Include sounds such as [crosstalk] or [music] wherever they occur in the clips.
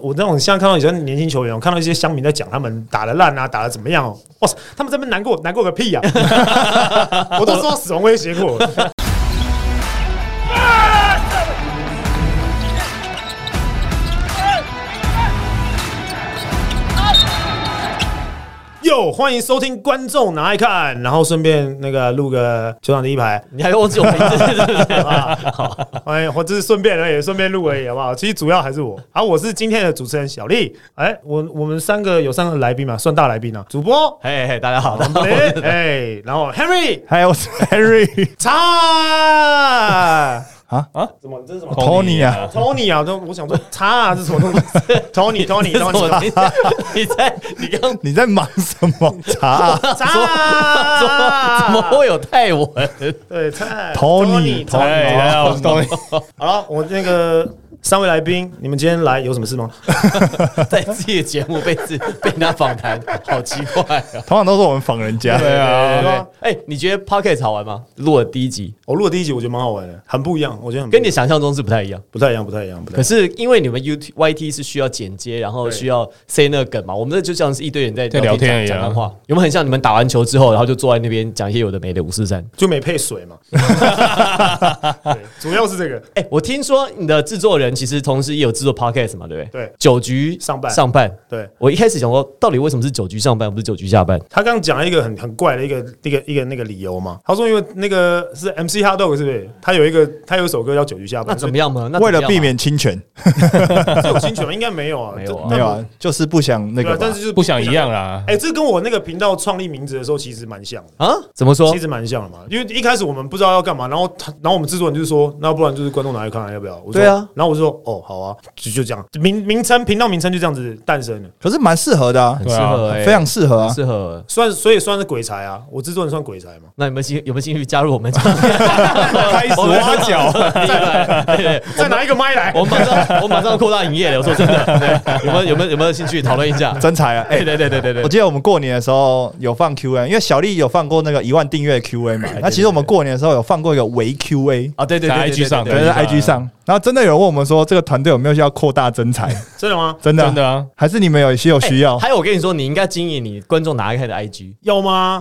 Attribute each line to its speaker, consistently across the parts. Speaker 1: 我那种现在看到有些年轻球员，我看到一些乡民在讲他们打的烂啊，打的怎么样、哦，哇塞，他们这边难过难过个屁呀、啊！我都受到死亡威胁过。 [laughs] 哟，欢迎收听观众拿来看，然后顺便那个录个球场第一排。
Speaker 2: 你还忘记我名字是不是？啊好，
Speaker 1: 哎，我只是顺便而已，顺便录而已，好不好？其实主要还是我。好，我是今天的主持人小丽。哎，我我们三个有三个来宾嘛，算大来宾了、啊。主
Speaker 2: [laughs]
Speaker 1: 播，
Speaker 2: 嘿嘿，大家好。
Speaker 3: [laughs]
Speaker 1: 哎，哎然后 Henry，
Speaker 3: 还有 Henry， [laughs]
Speaker 1: 差。
Speaker 3: 啊
Speaker 1: 啊！怎么这是什么
Speaker 2: 哦
Speaker 3: ？Tony 啊
Speaker 1: ，Tony 啊！都我想说，叉是什么东
Speaker 2: [laughs]
Speaker 1: 西？Tony，Tony，Tony！
Speaker 3: 啊
Speaker 2: 你在你刚
Speaker 3: 你在忙什么？
Speaker 1: [laughs]
Speaker 3: 啊叉
Speaker 1: 叉
Speaker 2: 怎么会有泰文？
Speaker 1: 对，泰
Speaker 3: Tony，Tony，
Speaker 2: 我是 Tony。
Speaker 1: 好了，我那个三位来宾，你们今天来有什么事吗？
Speaker 2: 在自己的节目被自被人家访谈，好奇怪啊！ [laughs]
Speaker 3: 通常都是我们访人家。
Speaker 2: 对啊，哎，你觉得 Pocket 好玩吗？录了第一集，
Speaker 1: 哦我录了第一集，我觉得蛮好玩的，很不一样。我觉得
Speaker 2: 跟你想象中是不太一样，
Speaker 1: 不太一样，不太一样。
Speaker 2: 可是因为你们 U T Y T 是需要剪接，然后需要 say 那个梗嘛，我们这就像是一堆人在
Speaker 3: 在聊天
Speaker 2: 讲干话，有没有很像你们打完球之后，然后就坐在那边讲一些有的没的五四三，
Speaker 1: 就没配水嘛主要是这个。
Speaker 2: 哎、欸，我听说你的制作人其实同时也有制作 podcast 嘛，对不
Speaker 1: 对？对，
Speaker 2: 九局
Speaker 1: 上半
Speaker 2: 上半。
Speaker 1: 对
Speaker 2: 我一开始想说，到底为什么是九局上半，不是九局下
Speaker 3: [laughs]
Speaker 2: 半？
Speaker 1: 他刚讲了一个很很怪的一个一个一个那个理由嘛，他说因为那个是 MC 哈豆是不是？他有一个他有一首歌叫九局下半，
Speaker 2: 那怎么样嘛？那
Speaker 3: 为了避免侵权，
Speaker 1: 这种侵权应该没有啊，
Speaker 2: 没有啊，
Speaker 3: 没有啊，就是不想那个，
Speaker 1: 但是就是
Speaker 4: 不想一样啊啦。
Speaker 1: 哎、欸，这跟我那个频道创立名字的时候其实蛮像的
Speaker 2: 啊？怎么说？
Speaker 1: 其实蛮像的嘛，因为一开始我们不知道要干嘛，然后他，然后我们制作人就是说，那不然就是观众拿来看、啊、要不要？我
Speaker 2: 对啊，
Speaker 1: 然后我就说哦，好啊，就就这样，名名称频道名称就这样子诞生了。
Speaker 3: 可是蛮适合的啊，
Speaker 2: 很适合、欸，
Speaker 3: 非常适合啊，
Speaker 2: 适合。
Speaker 1: 算所以算是鬼才啊，我制作人算鬼才嘛？
Speaker 2: 那你们兴有没有兴趣加入我们？
Speaker 3: [laughs] 开始挖
Speaker 1: [laughs]
Speaker 2: [laughs]
Speaker 3: 角，哦
Speaker 1: 再拿一个麦来，
Speaker 2: 我马上我马上扩大营业了。我说真
Speaker 3: [laughs]
Speaker 2: 的，有没有有没有有没有兴趣讨论一下？
Speaker 3: 真才啊！
Speaker 2: 哎，对对对对对，
Speaker 3: 我记得我们过年的时候有放 Q&A，因为小丽有放过那个一万订阅 Q&A 嘛。那其实我们过年的时候有放过一个微 Q&A
Speaker 2: 啊，对对
Speaker 4: 在 IG 上，
Speaker 3: 对，在 IG 上。然后真的有人问我们说，这个团队有没有需要扩大增才？
Speaker 1: 真的吗？
Speaker 3: 真的
Speaker 4: 真的啊，
Speaker 3: 还是你们有些有需要？
Speaker 2: 哎还有我跟你说，你应该经营你观众拿开的 IG，
Speaker 1: 要吗？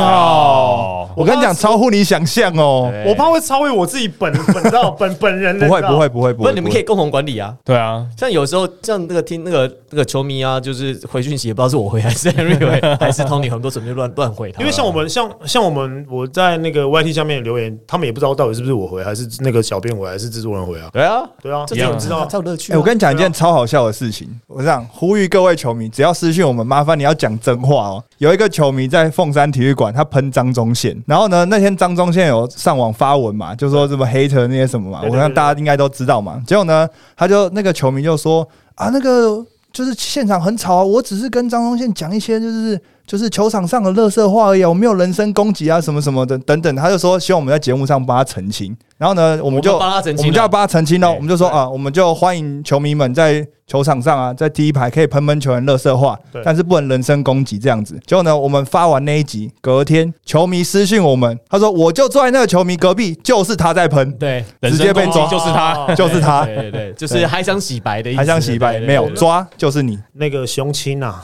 Speaker 2: 要。
Speaker 3: 我跟你讲，超乎你想象哦，
Speaker 1: 我怕会超越我自己本本到本本人的。
Speaker 3: 不会不会不会不
Speaker 2: 不，
Speaker 3: 会，
Speaker 2: 你们可以共同管理啊。
Speaker 4: 对啊，
Speaker 2: 像有时候像那个听那个那个球迷啊，就是回讯息也不知道是我回还是 [laughs] Henry 回，还是 Tony 很多准备乱乱回他。
Speaker 1: 因为像我们像像我们我在那个 YT 下面留言，他们也不知道到底是不是我回，还是那个小编回，还是制作人回啊？
Speaker 2: 对啊
Speaker 1: 对啊，
Speaker 2: 这
Speaker 1: 怎么知道？
Speaker 2: 才有乐趣
Speaker 3: 哎，
Speaker 2: 啊。
Speaker 3: 我跟你讲一件超好笑的事情，我这样呼吁各位球迷，只要私讯我们，麻烦你要讲真话哦。有一个球迷在凤山体育馆，他喷张忠宪，然后呢，那天张忠宪有上网发文嘛，就说什么 hater 那些什么嘛，
Speaker 1: 对对
Speaker 3: 我
Speaker 1: 对
Speaker 3: 想大家应该都知道嘛。结果呢，他就那个球迷就说啊，那个就是现场很吵啊，我只是跟张忠宪讲一些就是。就是球场上的乐色话而已啊，我没有人身攻击啊，什么什么的等等，他就说希望我们在节目上帮他澄清。然后呢，我们就
Speaker 2: 我们帮他澄清了
Speaker 3: 我们就要帮他澄清哦。
Speaker 2: 对
Speaker 3: 我们就说啊，我们就欢迎球迷们在球场上啊，在第一排可以喷喷球员乐色话
Speaker 1: 对，
Speaker 3: 但是不能人身攻击这样子。结果呢，我们发完那一集，隔天球迷私讯我们，他说我就坐在那个球迷隔壁，就是他在喷，
Speaker 2: 对
Speaker 3: 直接被
Speaker 4: 人身攻击
Speaker 3: 抓，
Speaker 4: 就是
Speaker 1: 哦
Speaker 3: [laughs]
Speaker 4: 他，
Speaker 3: 就是他，
Speaker 2: 对对对，就是还想洗白的意思，
Speaker 3: 还想洗白，
Speaker 2: 对对对
Speaker 3: 没有
Speaker 2: 对
Speaker 3: 抓就是你，
Speaker 1: 那个熊亲啊，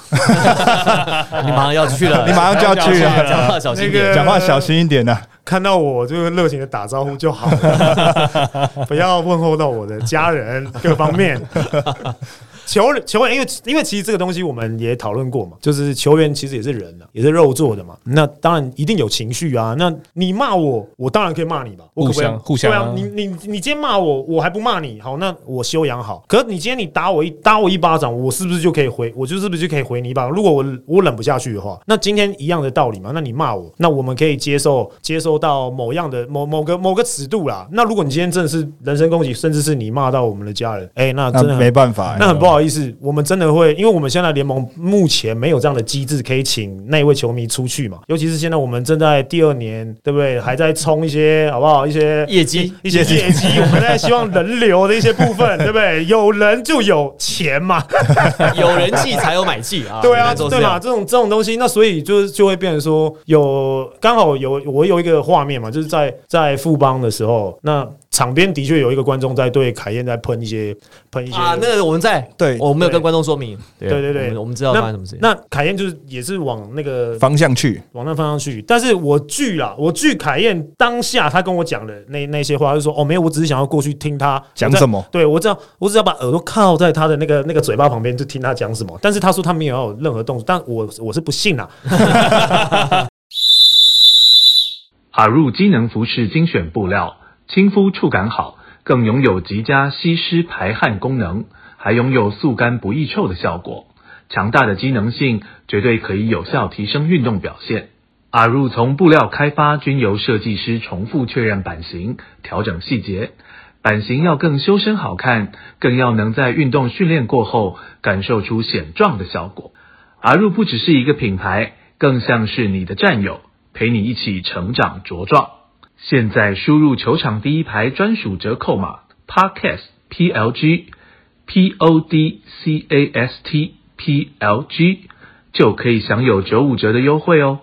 Speaker 2: 你马上要去了，
Speaker 3: [laughs] 你马上就要去了
Speaker 2: 讲话小心一
Speaker 1: 那
Speaker 2: 点
Speaker 1: 个。
Speaker 3: 讲话小心一点啊呐、
Speaker 1: 看到我就热情的打招呼就好了，
Speaker 4: [laughs]
Speaker 1: 不要问候到我的家人各方面。球球员，因为因为其实这个东西我们也讨论过嘛，就是球员其实也是人啊，也是肉做的嘛。那当然一定有情绪啊。那你骂我，我当然可以骂你吧。我可不可以
Speaker 4: 互相互相啊
Speaker 1: 对啊，你你你今天骂我，我还不骂你，好，那我修养好。可是你今天你打我一打我一巴掌，我是不是就可以回？我就是不是就可以回你一巴掌？如果我我忍不下去的话，那今天一样的道理嘛。那你骂我，那我们可以接受接受到某样的某某个某个尺度啦。那如果你今天真的是人身攻击，甚至是你骂到我们的家人，哎、那真的
Speaker 3: 那
Speaker 1: 很
Speaker 3: 啊没办法、
Speaker 1: 那很不好意思，我们真的会，因为我们现在联盟目前没有这样的机制可以请那一位球迷出去嘛，尤其是现在我们正在第二年，对不对？还在冲一些好不好？一些
Speaker 2: 业绩
Speaker 1: 一些业绩，我们在希望人流的一些部
Speaker 2: [laughs]
Speaker 1: 分，对不对？有人就有钱嘛，
Speaker 2: 啊有人气才有买气
Speaker 1: [laughs]
Speaker 2: 啊！
Speaker 1: 对啊，
Speaker 2: 都
Speaker 1: 对嘛，这种这种东西，那所以就是就会变成说有刚好有我有一个画面嘛，就是在在富邦的时候，那场边的确有一个观众在对凯燕在喷一些喷一些
Speaker 2: 啊，那个我们在，
Speaker 3: 对
Speaker 2: 我没有
Speaker 1: 对
Speaker 2: 跟观众说明，
Speaker 1: 对对
Speaker 2: 我
Speaker 1: 对
Speaker 2: 们，我们知道发生什么事情。
Speaker 1: 那凯燕就是也是往那个
Speaker 3: 方向去，
Speaker 1: 往那方向去，但是我据啦，我据凯燕当下他跟我讲的那那些话，就说哦没有，我只是想要过去听他
Speaker 3: 讲
Speaker 1: 么。
Speaker 3: 什么？
Speaker 1: 对我只要我只要把耳朵靠在他的那个那个嘴巴旁边，就听他讲什么。但是他说他没有要有任何动作，但我我是不信啊啦。
Speaker 4: 阿入机能服是精选布料，亲肤触感好，更拥有极佳吸湿排汗功能，还拥有速干不易臭的效果。强大的机能性绝对可以有效提升运动表现。阿入从布料开发均由设计师重复确认版型，调整细节。版型要更修身好看，更要能在运动训练过后感受出显壮的效果。阿入不只是一个品牌，更像是你的战友，陪你一起成长茁壮。现在输入球场第一排专属折扣码 podcast p l g p o d c a s t p l g 就可以享有九五折的优惠哦。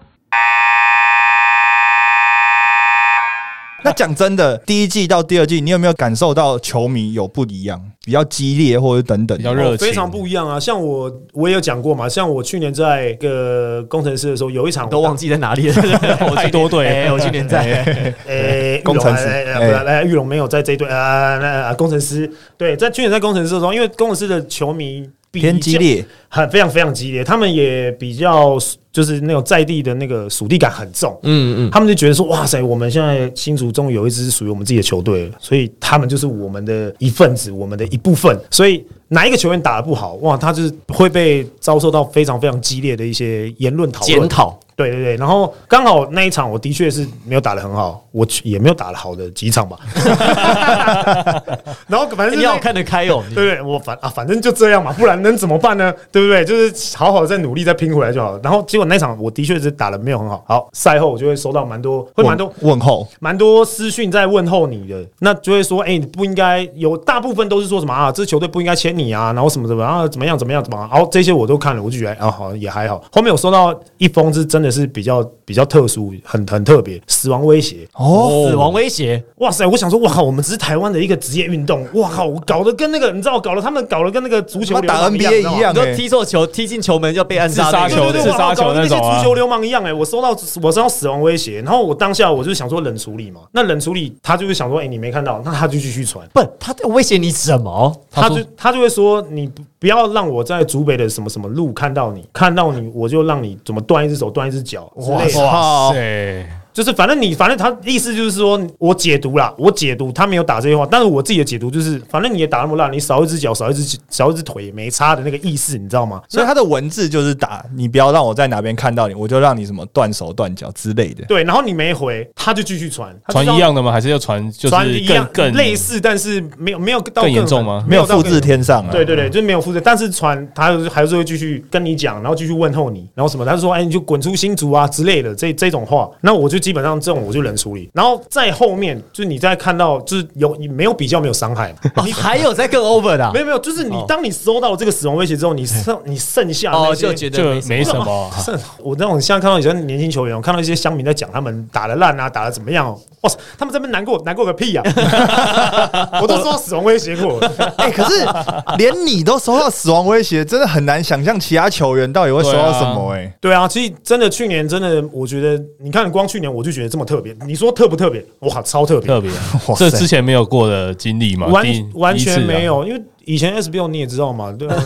Speaker 3: 那讲真的，第一季到第二季，你有没有感受到球迷有不一样，比较激烈或者等等
Speaker 5: 比？较热
Speaker 1: 哦
Speaker 5: 情，
Speaker 1: 非常不一样啊！像我我也有讲过嘛，像我去年在一个工程师的时候，有一场我
Speaker 2: 都忘，记在哪里
Speaker 1: [laughs]
Speaker 2: 了， [laughs] 我去
Speaker 5: 多队
Speaker 2: 哎我去年在，
Speaker 1: 诶、玉龙
Speaker 3: 工程师
Speaker 1: 哎哎
Speaker 3: 哎
Speaker 1: 不然哎，玉龙没有在这一队啊，那啊工程师对，在去年在工程师的时候，因为工程师的球迷比
Speaker 3: 偏激
Speaker 1: 较
Speaker 3: 烈，
Speaker 1: 很非常非常激烈，他们也比较就是那种在地的那个属地感很重，
Speaker 2: 嗯嗯，
Speaker 1: 他们就觉得说哇塞，我们现在新竹终于有一支属于我们自己的球队了，所以他们就是我们的一份子，我们的一部分，所以。哪一个球员打得不好，哇，他就是会被遭受到非常非常激烈的一些言论讨论
Speaker 2: 检。讨，
Speaker 1: 对对对，然后刚好那一场我的确是没有打得很好，我也没有打得好的几场吧。 [laughs] 然后反正
Speaker 2: 哎
Speaker 1: 就
Speaker 2: 你
Speaker 1: 是那
Speaker 2: 好看得开哦，你
Speaker 1: 对不对？我反啊，反正就这样嘛，不然能怎么办呢？ [laughs] 对不对？就是好好地再努力，再拼回来就好了。然后结果那场我的确是打的没有很好，好赛后我就会收到蛮多，会蛮多。
Speaker 3: 问问候，
Speaker 1: 蛮多私讯在问候你的，那就会说，哎、你不应该有，大部分都是说什么啊，这球队不应该签你啊，然后什么什么，然、啊、后怎么样怎么样怎么样，然后这些我都看了，我就觉得，啊，好也还好。后面我收到一封是真的是比较比较特殊，很很特别，死亡威胁，
Speaker 3: 哦，
Speaker 2: 死亡威胁，
Speaker 1: 哇塞！我想说，哇靠，我们只是台湾的一个职业运动，哇靠，我搞得跟那个，你知道，搞得他们搞得跟那个足球
Speaker 3: 他妈
Speaker 1: 流
Speaker 3: 打
Speaker 1: 氓
Speaker 3: NBA
Speaker 1: 一
Speaker 3: 一样
Speaker 2: 你说
Speaker 3: 欸
Speaker 2: 踢错球，踢进球门就被暗杀那
Speaker 5: 自
Speaker 1: 对对
Speaker 5: 杀球
Speaker 2: 个，
Speaker 1: 对，
Speaker 5: 自
Speaker 1: 我
Speaker 5: 杀
Speaker 1: 搞
Speaker 5: 球
Speaker 1: 得
Speaker 5: 那
Speaker 1: 那些
Speaker 5: 种啊
Speaker 1: 足球流氓一样哎、我收到我收到死亡威胁，然后我当下我就想说冷处理嘛，那冷处理他就是想说，哎、你没看到，那他就继续传，
Speaker 2: 不，他在威胁你什么？
Speaker 5: 他
Speaker 1: 他
Speaker 5: 说
Speaker 1: 就他就会说，你不不要让我在竹北的什么什么路看到你，看到你我就让你怎么断一只手断一只脚之类的，
Speaker 5: 哇
Speaker 3: 哇
Speaker 5: 塞，
Speaker 1: 就是反正你反正他意思就是说我解读啦，我解读他没有打这些话，但是我自己的解读就是，反正你也打那么烂，你少一只脚少一只少一只腿也没差的那个意思，你知道吗？
Speaker 3: 所以他的文字就是打你不要让我在哪边看到你，我就让你什么断手断脚之类的。
Speaker 1: 对，然后你没回，他就继续传，他就
Speaker 5: 传
Speaker 1: 知道
Speaker 5: 一样的吗？还是要传就
Speaker 1: 传
Speaker 5: 是
Speaker 1: 一
Speaker 5: 更
Speaker 1: 样
Speaker 5: 更
Speaker 1: 类？似，但是没有没有到
Speaker 5: 更严
Speaker 1: 狠
Speaker 5: 重吗
Speaker 3: 没有
Speaker 1: 到
Speaker 3: 复
Speaker 1: 更
Speaker 3: 制天上啊，
Speaker 1: 对对对，就是没有负责，但是传他还是会继续跟你讲，然后继续问候你，然后什么，他就说，哎，你就滚出新竹啊之类的这这种话，那我就基本上这种我就能处理。然后在后面，就是你再看到，就是有你没有比较没有伤害嘛，
Speaker 2: 你还有在更 over 的啊
Speaker 1: 没？有没有，就是你
Speaker 2: 哦
Speaker 1: 当你收到这个死亡威胁之后，你剩你剩下
Speaker 2: 哦，
Speaker 1: 那些
Speaker 2: 就觉得
Speaker 5: 就
Speaker 2: 没什么
Speaker 5: 没什么，
Speaker 1: 剩我那种现在看到有些年轻球员，我看到一些乡民在讲他们打的烂啊，打的怎么样、哦，哇塞，他们这边难过难过个屁呀、啊我都收到死亡威胁过 [laughs] 了，
Speaker 3: 哎、可是连你都收到死亡威胁，真的很难想象其他球员到底会收到什么、哎、
Speaker 1: 对啊，其实真的去年真的，我觉得你看光去年我就觉得这么特别，你说特不特别？哇，超特别，
Speaker 5: 特别
Speaker 3: 哇，塞
Speaker 5: 这之前没有过的经历嘛，
Speaker 1: 完
Speaker 5: 第一
Speaker 1: 完全没。
Speaker 5: 第一次啊
Speaker 1: 有，因为以前 SBO 你也知道嘛，对啊，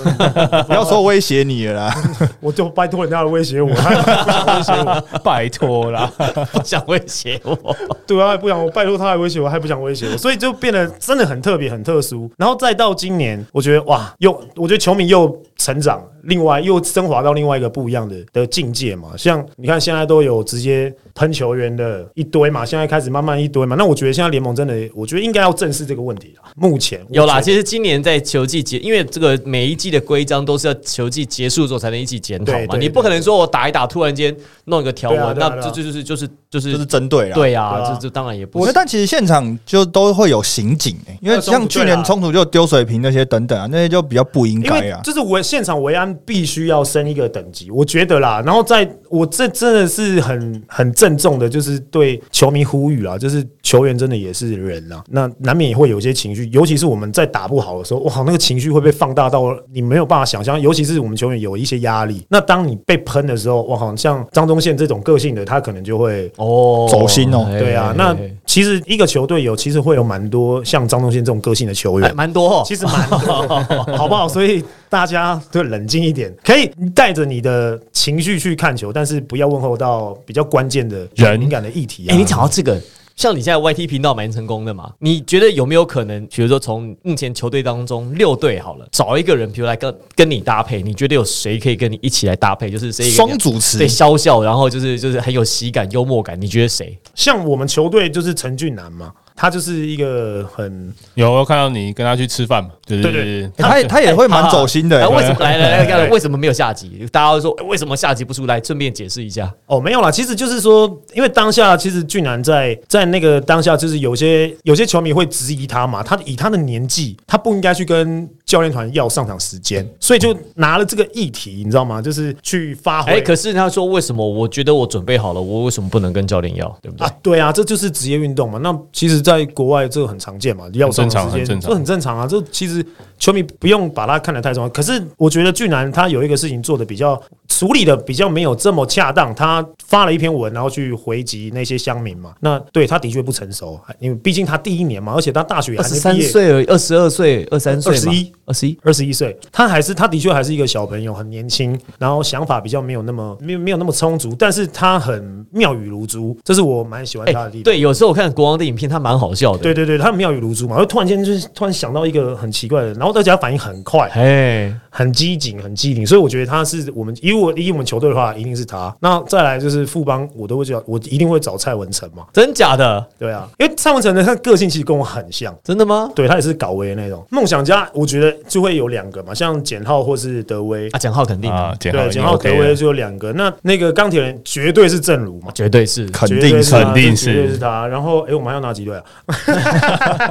Speaker 3: 不要说威胁你了啦，
Speaker 1: 我就拜托人家来威胁我，他也不想威胁我，
Speaker 5: 拜托啦，
Speaker 2: [laughs] 不想威胁
Speaker 1: [laughs]
Speaker 2: 我。
Speaker 1: 对啊，他也不想我拜托他来威胁我，他也不想威胁我，所以就变得真的很特别，很特殊。然后再到今年，我觉得哇，又我觉得球迷又成长，另外又升华到另外一个不一样的的境界嘛。像你看现在都有直接喷球员的一堆嘛，现在开始慢慢一堆嘛。那我觉得现在联盟真的，我觉得应该要正视这个问题了。目前
Speaker 2: 有啦，
Speaker 1: 我觉得
Speaker 2: 其实今年在球季结，因为这个每一季的规章都是要球季结束之后才能一起检讨
Speaker 1: 对
Speaker 2: 嘛，
Speaker 1: 对
Speaker 2: 你不可能说我打一打，突然间弄一个条
Speaker 1: 对啊
Speaker 2: 文，
Speaker 1: 对啊
Speaker 2: 那
Speaker 1: 对啊
Speaker 2: 这这就是就是就是
Speaker 3: 就是针对啦。，
Speaker 2: 对
Speaker 1: 对
Speaker 2: 呀，
Speaker 1: 啊
Speaker 2: 这这当然也不
Speaker 3: 我
Speaker 2: 是。
Speaker 3: 觉得但其实现场就都会有刑警、欸，因为像去年冲突就丢水瓶那些等等啊，那些就比较不应
Speaker 1: 因
Speaker 3: 该
Speaker 1: 为
Speaker 3: 啊。
Speaker 1: 这是维现场维安必须要升一个等级，我觉得啦。然后在我这真的是很很郑重的，就是对球迷呼吁啦，就是球员真的也是人啊，那难免也会有一些情绪，尤其是我们在打不好的时候，哇，那个情绪会被放大到你没有办法想象。尤其是我们球员有一些压力，那当你被喷的时候，哇，好像张宗宪这种个性的，他可能就会
Speaker 2: 哦
Speaker 3: 走心哦
Speaker 2: 哎
Speaker 1: 对啊
Speaker 2: 哎。
Speaker 1: 那
Speaker 2: 哎
Speaker 1: 其实一个球队有其实会有蛮多像张宗宪这种个性的球员
Speaker 2: 哎，蛮多哦，
Speaker 1: [laughs] 其实蛮
Speaker 2: [laughs]
Speaker 1: 多的好不好？所以大家就冷静一点，可以带着你的情绪去看球，但是不要问候到比较关键的
Speaker 5: 人
Speaker 1: 敏感的议题啊。
Speaker 2: 哎、你讲到这个，像你现在 YT 频道蛮成功的嘛？你觉得有没有可能，比如说从目前球队当中六队好了，找一个人，比如来跟跟你搭配，你觉得有谁可以跟你一起来搭配？就是谁一个
Speaker 3: 双主持
Speaker 2: 对笑笑，然后就是就是很有喜感、幽默感，你觉得谁？
Speaker 1: 像我们球队就是陈俊南嘛，他就是一个很
Speaker 5: 有我有看到你跟他去吃饭嘛，就
Speaker 1: 对对
Speaker 5: 是
Speaker 3: 欸他也他也会蛮走心的、
Speaker 2: 哎
Speaker 3: 欸。
Speaker 2: 为什么来来来来，
Speaker 1: 对
Speaker 2: 为什么没有下集？大家都说、哎为什么下集不出来？顺便解释一下。
Speaker 1: 哦，没有啦，其实就是说，因为当下其实俊南在在那个当下，就是有些有些球迷会质疑他嘛，他以他的年纪，他不应该去跟教练团要上场时间，所以就拿了这个议题，你知道吗？就是去发
Speaker 2: 哎、
Speaker 1: 挥。
Speaker 2: 可是他说为什么？我觉得我准备好了，我为什么不能跟教练要？对不对？
Speaker 1: 啊，对啊，这就是职业运动嘛。那其实，在国外这个很常见嘛，要上场时
Speaker 5: 很
Speaker 1: 间
Speaker 5: 正常很正常
Speaker 1: 这很正常啊。这其实球迷不用把它看得太重要。啊可是我觉得俊男他有一个事情做的比较处理的比较没有这么恰当，他发了一篇文，然后去回击那些乡民
Speaker 5: 嗯
Speaker 1: 嘛。那对他的确不成熟，因为毕竟他第一年嘛，而且他大学
Speaker 2: 二
Speaker 1: 还
Speaker 2: 十
Speaker 1: 没
Speaker 2: 三
Speaker 1: 毕业。
Speaker 2: 岁而已，二十二岁，二三岁嘛，
Speaker 1: 21
Speaker 2: 二十一，
Speaker 1: 二十一岁，他还是他的确还是一个小朋友，很年轻，然后想法比较没有那么没有没有那么充足，但是他很妙语如珠，这是我蛮喜欢
Speaker 5: 哎
Speaker 1: 他的地方。
Speaker 2: 哎对，有时候我看国王的影片，他蛮好笑的。
Speaker 1: 对对对，他妙语如珠嘛，然后突然间就是突然想到一个很奇怪的，然后大家反应很快，
Speaker 2: 哎，
Speaker 1: 很机警，很机灵，所以我觉得他是我们以我以我们球队的话，一定是他。那再来就是富邦，我都会叫我一定会找蔡文成嘛，
Speaker 2: 真假的？
Speaker 1: 对啊，因为蔡文成呢，他个性其实跟我很像。
Speaker 2: 真的吗？
Speaker 1: 对他也是搞威的那种梦想家，我觉得就会有两个嘛，像简浩或是德威，
Speaker 2: 啊，蒋浩肯定的
Speaker 5: 啊，简浩
Speaker 1: 对，
Speaker 5: 已经
Speaker 1: 简浩、德
Speaker 5: OK
Speaker 1: 威
Speaker 5: 了，
Speaker 1: 就有两个。那那个钢铁人绝对是正如嘛，
Speaker 2: 绝
Speaker 1: [laughs]
Speaker 2: 对是。
Speaker 3: 肯
Speaker 1: 绝
Speaker 3: 定
Speaker 1: 对
Speaker 3: 是
Speaker 1: 他
Speaker 5: 肯定是
Speaker 1: 绝对是他。然后，哎，我们还要拿几队啊？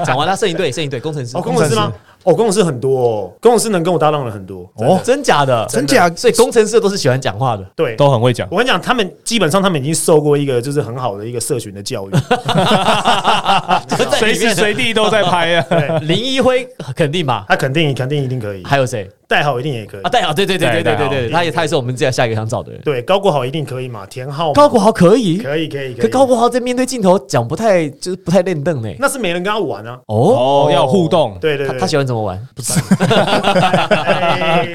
Speaker 2: 讲完了，摄影队，摄影队，工程师，
Speaker 1: 哦，工程师吗？哦，工程师很多哦，工程师能跟我搭档的很多。
Speaker 2: 哦，真假的？
Speaker 3: 真假
Speaker 2: 所以工程师都是喜欢
Speaker 1: [laughs]
Speaker 2: 讲话的。
Speaker 1: 对，
Speaker 5: 都很会
Speaker 2: 啊
Speaker 5: 讲。
Speaker 1: 我跟你讲，他们基本上他们已经受过一个就是很好的一个社群的教育。
Speaker 2: [laughs] 就在
Speaker 5: 随
Speaker 2: 里
Speaker 5: 时
Speaker 2: 面
Speaker 5: [laughs] 随地都在拍
Speaker 1: [laughs]
Speaker 5: 啊！
Speaker 1: 对，
Speaker 2: 林一辉肯定吧？
Speaker 1: 他肯定肯定一定可以，
Speaker 2: 还有谁
Speaker 1: 戴好一定也可以
Speaker 2: 啊？。戴好，对对对对对
Speaker 5: 戴
Speaker 2: 对
Speaker 5: 好
Speaker 2: 对，他也他也是我们这样下一个想找的人。
Speaker 1: 对，高国豪一定可以嘛？田浩嘛
Speaker 2: 高国豪可以，
Speaker 1: 可以可以可
Speaker 2: 可
Speaker 1: 以。
Speaker 2: 高国豪在面对镜头讲不太就是不太练凳呢。
Speaker 1: 那是没人跟他玩啊。
Speaker 2: 哦
Speaker 5: [laughs] 哦，要互，动，
Speaker 1: 嗯对对
Speaker 2: 他
Speaker 1: 对，
Speaker 2: 他喜欢怎么玩？ [laughs]
Speaker 1: 哎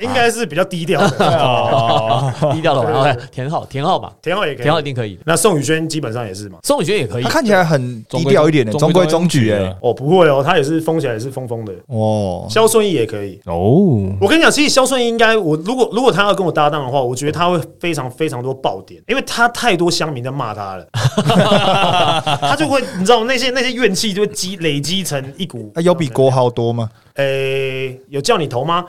Speaker 1: 应该是比较低调的。
Speaker 5: 哦，
Speaker 2: 低调的玩。
Speaker 1: 对对
Speaker 2: 然
Speaker 1: 对
Speaker 2: 后田浩，田浩吧，
Speaker 1: 田浩也可以
Speaker 2: 田浩一，定可以的。
Speaker 1: 那宋宇轩基本上也是嘛。
Speaker 2: 宋宇轩也可以
Speaker 3: 他，看起来很低调一点的、中规中矩哎、
Speaker 5: 了
Speaker 1: 哦，不会哦，他也是疯起来也是疯疯的。
Speaker 3: 哦，
Speaker 1: 肖顺义也可以，
Speaker 5: 哦，
Speaker 1: 我跟你讲，其实肖顺应该，我如果如果他要跟我搭档的话，我觉得他会非常非常多爆点，因为他太多乡民在骂他
Speaker 3: [laughs]
Speaker 1: 了，他就会你知道那些那些怨气就会积累积
Speaker 3: [laughs]
Speaker 1: 成一股。
Speaker 3: 啊、有比国豪多吗？
Speaker 1: 诶、有叫你投
Speaker 3: [laughs]
Speaker 1: 吗？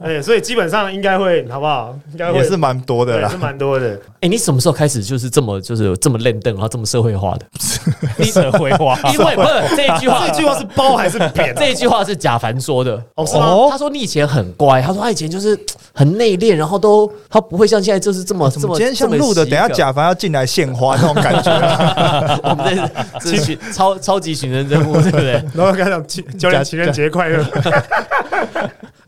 Speaker 1: 哎，所以基本上应该会，好不好？应 [laughs] 该会
Speaker 3: 也是蛮多的
Speaker 1: 对，
Speaker 3: 啦
Speaker 1: 是。蛮多的。
Speaker 2: 哎、你什么时候开始就是这么就是这么练凳，然后这么社会化的？
Speaker 5: 社会化，
Speaker 2: [laughs] 因为不是这一句话，
Speaker 1: 这句话是包还是扁？啊
Speaker 3: [laughs]
Speaker 2: 这一句话是贾凡说的。
Speaker 1: 哦，是吗？
Speaker 3: 哦
Speaker 2: 他说你以前很乖，他说他以前就是很内敛，然后都他不会像现在就是这么
Speaker 3: 怎
Speaker 2: 这
Speaker 3: 么
Speaker 2: 么
Speaker 3: 今天像录的，等一下，贾凡要进来献花那种感觉、
Speaker 2: 这么
Speaker 3: 啊，
Speaker 2: 喜 [laughs] 我们这这是寻超超级寻人任务，对不对？
Speaker 1: 然后跟他讲情教练情人节快
Speaker 3: [laughs]
Speaker 1: 乐，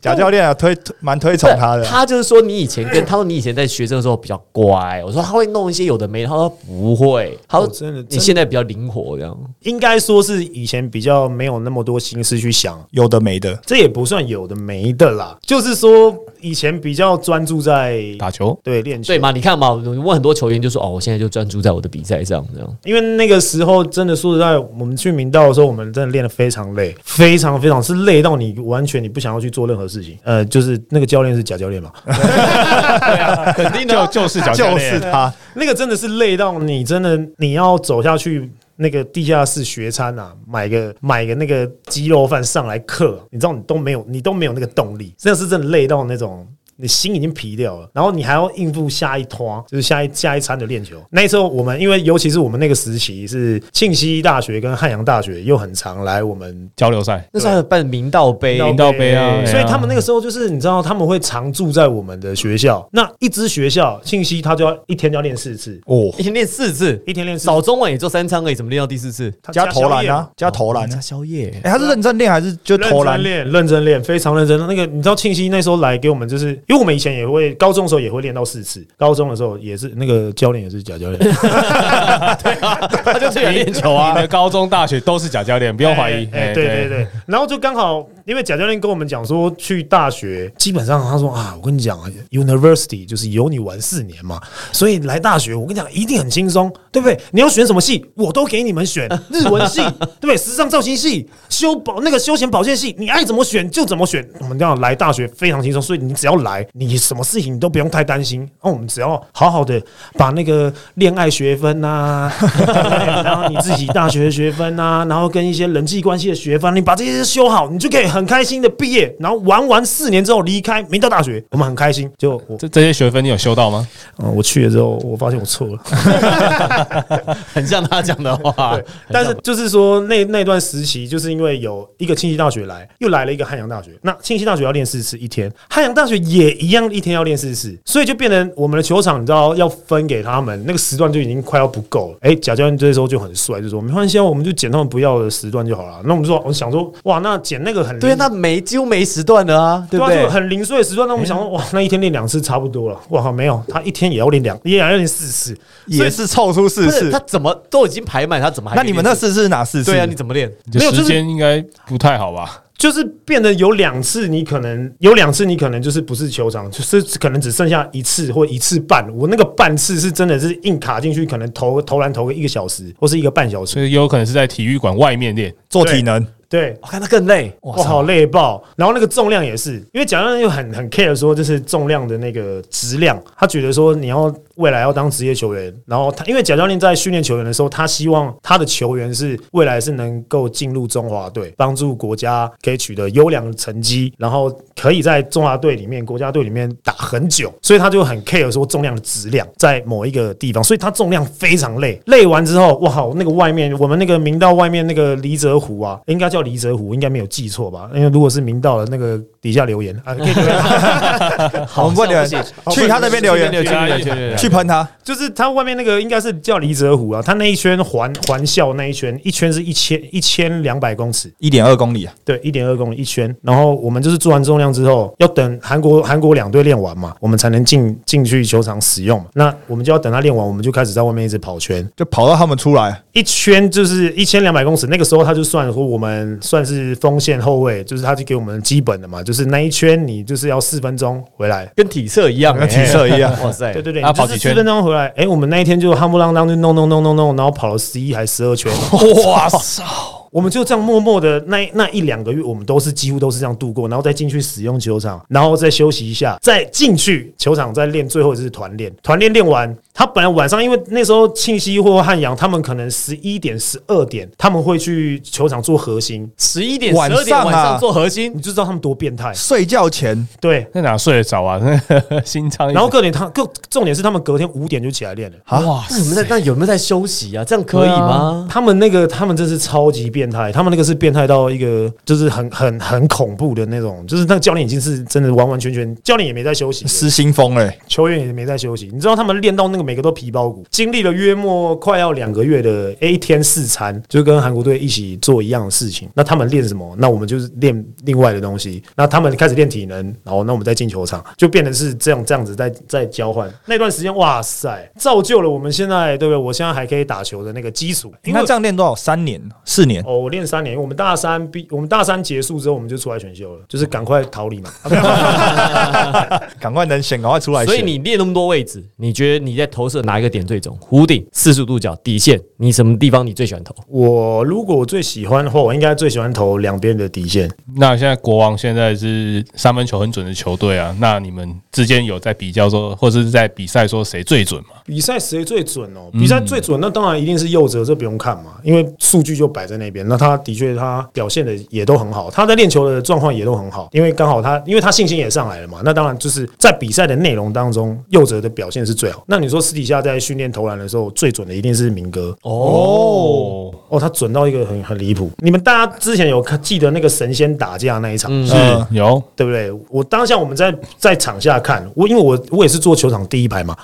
Speaker 3: 贾教练啊推推蛮推崇
Speaker 2: 对，
Speaker 3: 他的。
Speaker 2: 他就是说你以前跟他说你以前在学生的时候比较乖，我说他会弄一些有的没的，他说不会，他说
Speaker 1: 哦真的真的
Speaker 2: 你现在比较灵活这样。
Speaker 1: 应该说是以前比较没有那么多心思去想
Speaker 3: 有的没的，
Speaker 1: 这也不算有的没的啦，就是说以前比较专注在
Speaker 5: 打球
Speaker 1: 对练球
Speaker 2: 对，嘛？你看嘛，我问很多球员就说哦，我现在就专注在我的比赛上这样。
Speaker 1: 因为那个时候真的说实在，我们去明道的时候，我们真的练得非常累，非常非常是累到你完全你不想要去做任何事情。呃，就是那个教练是假教练嘛，啊
Speaker 5: [laughs] 肯定就就是脚教
Speaker 3: 就
Speaker 1: [laughs]
Speaker 5: 练
Speaker 3: 是他。
Speaker 1: 那个真的是累到你真的你要走下去那个地下室学餐啊，买个买个那个鸡肉饭上来嗑，你知道你都没有，你都没有那个动力，真的是真的累到那种。你心已经疲掉了，然后你还要应付下一拖，就是下一下一餐的练球。那时候我们因为尤其是我们那个时期是庆熙大学跟汉阳大学又很常来我们
Speaker 5: 交流赛，
Speaker 2: 那时候还有办明道杯，
Speaker 5: 明道杯啊对啊
Speaker 1: 所以他们那个时候就是你知道他们会常住在我们的学校，那一支学校信息他就要一天就要练四次，
Speaker 3: 哦，
Speaker 2: 一天练四次，
Speaker 1: 一天练四次
Speaker 2: 早中晚也做三餐而已，怎么练到第四次？
Speaker 1: 他
Speaker 3: 加投篮
Speaker 1: 宵夜嘛
Speaker 3: 啊，加投篮
Speaker 2: 加
Speaker 3: 啊。
Speaker 2: 宵夜
Speaker 3: 哎，他是认真练还是就
Speaker 1: 认
Speaker 3: 投篮
Speaker 1: 真？练，认真练，非常认真。那个你知道，庆熙那时候来给我们，就是因为我们以前也会，高中的时候也会练到四次，高中的时候也是那个教练也是假教 [laughs] 练， [laughs]
Speaker 2: 他就去练球啊
Speaker 5: 你。的高中、大学都是假教练，不用怀疑。
Speaker 1: 哎、哎对对对，然后就刚好，因为贾教练跟我们讲说，去大学基本上他说啊，我跟你讲啊，university 就是有你玩四年嘛，所以来大学我跟你讲一定很轻松，对不对？你要选什么系，我都给你们选，日文系，对不对？时尚造型系，修保那个休闲保健系，你爱怎么选就怎么选。我们这样来大学非常轻松，所以你只要来，你什么事情你都不用太担心。那我们只要好好的把那个恋爱学分呐、对 [laughs] 然后你自己大学的学分呐、然后跟一些人际关系的学分，你把这些修好，你就可以很开心的毕业，然后玩完四年之后离开明道大学，我们很开心。就我、
Speaker 5: 这这些学分你有修到吗？
Speaker 1: 呃我去了之后，我发现我错了。
Speaker 2: 很像他讲的话
Speaker 1: 对，，但是就是说那那段时期，就是因为有一个庆熙大学来，又来了一个汉阳大学。那庆熙大学要练四次一天，汉阳大学也一样一天要练四次，所以就变成我们的球场，你知道要分给他们那个时段就已经快要不够了。哎、贾教练这时候就很帅，就说没关系，啊，我们就捡他们不要的时段就好了。那我们说，我想说，哇，那捡那个很
Speaker 2: [laughs] 对，啊那没几乎没时段的啊，
Speaker 1: 对
Speaker 2: 对不
Speaker 1: 啊，
Speaker 2: 对哎
Speaker 1: 就？很零碎的时段，那我们想说，哇，那一天练两次差不多了。哇靠，没有，他一天也要练两，也要练四次。
Speaker 3: 也是凑出
Speaker 2: 不
Speaker 3: 四
Speaker 2: 是
Speaker 3: 次
Speaker 2: 他。怎么都已经排满，他怎么还可
Speaker 3: 那
Speaker 2: 以
Speaker 3: 你们
Speaker 2: 练
Speaker 3: 那四次是哪四次？
Speaker 2: 对啊，你怎么练？
Speaker 5: 你
Speaker 1: 没有
Speaker 5: 的
Speaker 1: 就是
Speaker 5: 时间应该不太好吧？
Speaker 1: 就是变得有两次，你可能有两次，你可能就是不是球场，就是可能只剩下一次或一次半。我那个半次是真的是硬卡进去，可能投投篮投个一个小时或是一个半小时
Speaker 5: 所。以也有可能是在体育馆外面练。
Speaker 3: 做体能？
Speaker 1: 对，
Speaker 2: 我看他更累，
Speaker 1: 哇，好累爆！然后那个重量也是，因为蒋教练又很很 care 说，就是重量的那个质量，他觉得说你要未来要当职业球员，然后他因为蒋教练在训练球员的时候，他希望他的球员是未来是能够进入中华队，帮助国家可以取得优良的成绩，然后可以在中华队里面、国家队里面打很久，所以他就很 care 说重量的质量在某一个地方，所以他重量非常累，累完之后，哇，那个外面我们那个明道外面那个黎泽湖啊，应该叫黎泽湖，应该没有记错吧？因为如果是明道的那个底下留言啊，可以留言
Speaker 3: 我们不留言
Speaker 2: 像不
Speaker 3: 去他那边留言，
Speaker 5: [laughs]
Speaker 3: 去喷他。
Speaker 1: 就是它外面那个应该是叫黎泽湖啊，它那一圈环环校那一圈，一圈是一千一千两百公尺，
Speaker 3: 一点二公里啊，
Speaker 1: 对，一点二公里一圈。然后我们就是做完重量之后，要等韩国韩国两队练完嘛，我们才能进进去球场使用嘛。那我们就要等他练完，我们就开始在外面一直跑圈，
Speaker 3: 就跑到他们出来。
Speaker 1: 一圈就是一千两百公尺。那个时候他就算说我们算是锋线后卫，就是他就给我们基本的嘛，就是那一圈你就是要四分钟回来。
Speaker 2: 跟体测一样，
Speaker 3: 跟体测一样
Speaker 2: 哎哇塞，
Speaker 1: 对对对，
Speaker 5: 他
Speaker 1: 你
Speaker 5: 啊跑
Speaker 1: 就是
Speaker 5: 几圈
Speaker 1: 四分钟回来。哎，我们那一天就夯不啷当就弄弄弄弄弄，然后跑了十一还十二圈。
Speaker 5: 哇塞！
Speaker 1: 我们就这样默默的那那一两个月，我们都是几乎都是这样度过，然后再进去使用球场，然后再休息一下，再进去球场再练，最后就是团练。团练练完，他本来晚上因为那时候庆熙或汉阳，他们可能十一点、十二点他们会去球场做核心，
Speaker 2: 十一点、
Speaker 3: 晚
Speaker 2: 十
Speaker 3: 上啊
Speaker 2: 二点晚上做核心
Speaker 1: 你，就知道他们多变态。
Speaker 3: 睡觉前
Speaker 1: 对，
Speaker 5: 那哪睡得着啊？ [laughs] 那心脏一直。
Speaker 1: 然后各点他各重点是他们隔天五点就起来练了。
Speaker 2: 哇！那你们在那有没有在休息啊？这样可以吗？
Speaker 1: 他们那个，他们真是超级变态，他们那个是变态到一个，就是很很很恐怖的那种，就是那个教练已经是真的完完全全，教练也没在休息，
Speaker 3: 失心疯欸嘞，
Speaker 1: 球员也没在休息。你知道他们练到那个每个都皮包骨，经历了约莫快要两个月的，诶一天四餐，就跟韩国队一起做一样的事情。那他们练什么？那我们就是练另外的东西。那他们开始练体能，然后那我们再进球场，就变成是这样这样子在在交换。那段时间，哇塞，造就了我们现在对不对？我现在还可以打球的那个基础。因为
Speaker 3: 那这样练多少？三年、四年？
Speaker 1: 哦，我练三年，我们大三毕，我们大三结束之后，我们就出来选秀了，就是赶快逃离嘛。
Speaker 3: 赶快能选，赶快出来选。
Speaker 2: 所以你练那么多位置，你觉得你在投射哪一个点最准？弧顶、四十度角、底线，你什么地方你最喜欢投？ [laughs]
Speaker 1: 我如果我最喜欢的话，我应该最喜欢投两边的底线。
Speaker 5: 那现在国王现在是三分球很准的球队啊，那你们之间有在比较说，或者是在比赛说谁最准吗？
Speaker 1: 比赛谁最准哦？比赛最准，那当然一定是右哲，这不用看嘛，因为数据就摆在那边。那他的确他表现的也都很好，他在练球的状况也都很好，因为刚好他因为他信心也上来了嘛。那当然就是在比赛的内容当中，右哲的表现是最好。那你说私底下在训练投篮的时候，最准的一定是明哥
Speaker 5: 哦，
Speaker 1: 哦，他准到一个很很离谱。你们大家之前有看记得那个神仙打架那一场？
Speaker 2: 嗯
Speaker 5: 是、
Speaker 3: 嗯
Speaker 5: 有
Speaker 1: 对不对？我当下我们在在场下看，我因为我我也是坐球场第一排嘛，